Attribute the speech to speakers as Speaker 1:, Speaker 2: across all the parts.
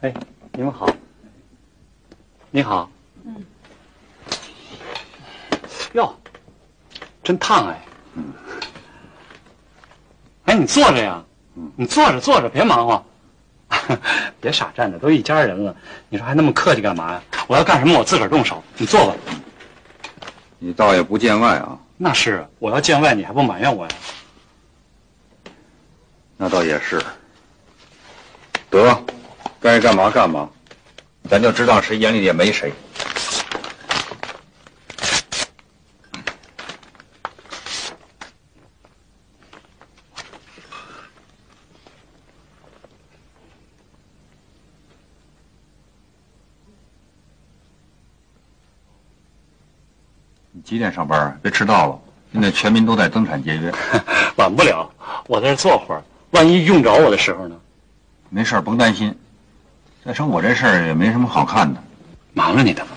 Speaker 1: 哎，你们好。你好。
Speaker 2: 嗯。
Speaker 1: 哟，真烫哎。哎，你坐着呀。你坐着坐着，别忙活。嗯 别傻站着，都一家人了，你说还那么客气干嘛呀？我要干什么，我自个儿动手。你坐吧。
Speaker 3: 你倒也不见外啊，
Speaker 1: 那是，我要见外，你还不埋怨我呀？
Speaker 3: 那倒也是。得，该干嘛干嘛，咱就知道谁眼里也没谁。你几点上班啊？别迟到了，现在全民都在增产节约。
Speaker 1: 晚不了，我在这坐会儿，万一用着我的时候呢？
Speaker 3: 没事儿，甭担心。再说我这事儿也没什么好看的。
Speaker 1: 忙着你的吧。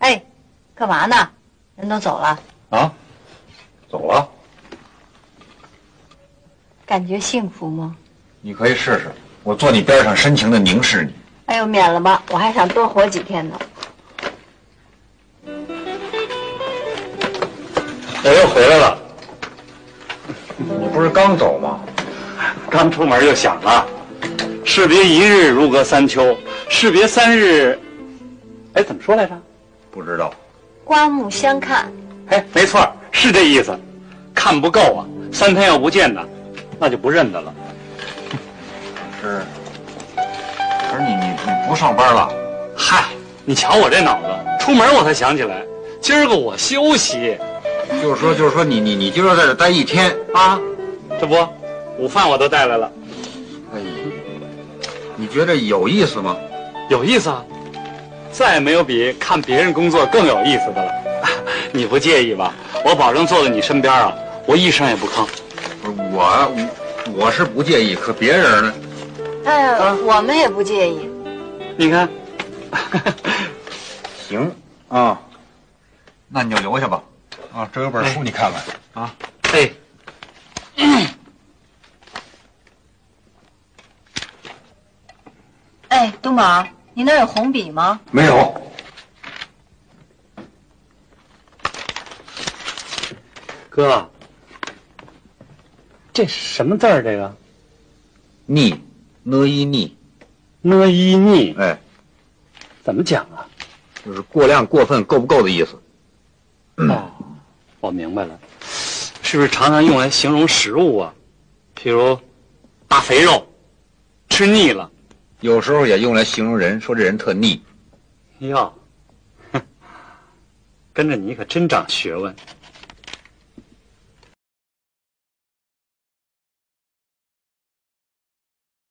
Speaker 2: 哎，干嘛呢？人都走了，
Speaker 3: 啊，走了，
Speaker 2: 感觉幸福吗？
Speaker 3: 你可以试试。我坐你边上，深情的凝视你。
Speaker 2: 哎呦，免了吧，我还想多活几天呢。
Speaker 1: 我哎又回来了，
Speaker 3: 你不是刚走吗？
Speaker 1: 刚出门就想了，士别一日如隔三秋，士别三日，哎，怎么说来着？
Speaker 3: 不知道，
Speaker 2: 刮目相看，
Speaker 1: 哎，没错儿，是这意思。看不够啊，三天要不见呢，那就不认得了。
Speaker 3: 是。可是你你你不上班了？
Speaker 1: 嗨，你瞧我这脑子，出门我才想起来，今儿个我休息
Speaker 3: 就是说就是说你你你今儿在这待一天。
Speaker 1: 啊，这不，午饭我都带来了，
Speaker 3: 哎，你觉得有意思吗？
Speaker 1: 有意思啊。再没有比看别人工作更有意思的了，啊你不介意吧？我保证坐在你身边啊，我一声也不吭。
Speaker 3: 不是我我我是不介意，可别人呢？
Speaker 2: 哎呀，
Speaker 1: 啊
Speaker 2: 我们也不介意。
Speaker 1: 你看，
Speaker 3: 行啊，那你就留下吧。啊，这有本书你看看。
Speaker 1: 哎，
Speaker 2: 哎，东宝，你那儿有红笔吗？
Speaker 3: 没有。
Speaker 1: 哥，这什么字儿？这个
Speaker 3: 逆，呢一逆，
Speaker 1: 呢一逆
Speaker 3: 哎，
Speaker 1: 怎么讲啊？
Speaker 3: 就是过量、过分、够不够的意思。
Speaker 1: 哦，我明白了，是不是常常用来形容食物啊？譬如大肥肉，吃腻了。
Speaker 3: 有时候也用来形容人，说这人特腻。
Speaker 1: 哟，哼跟着你可真长学问。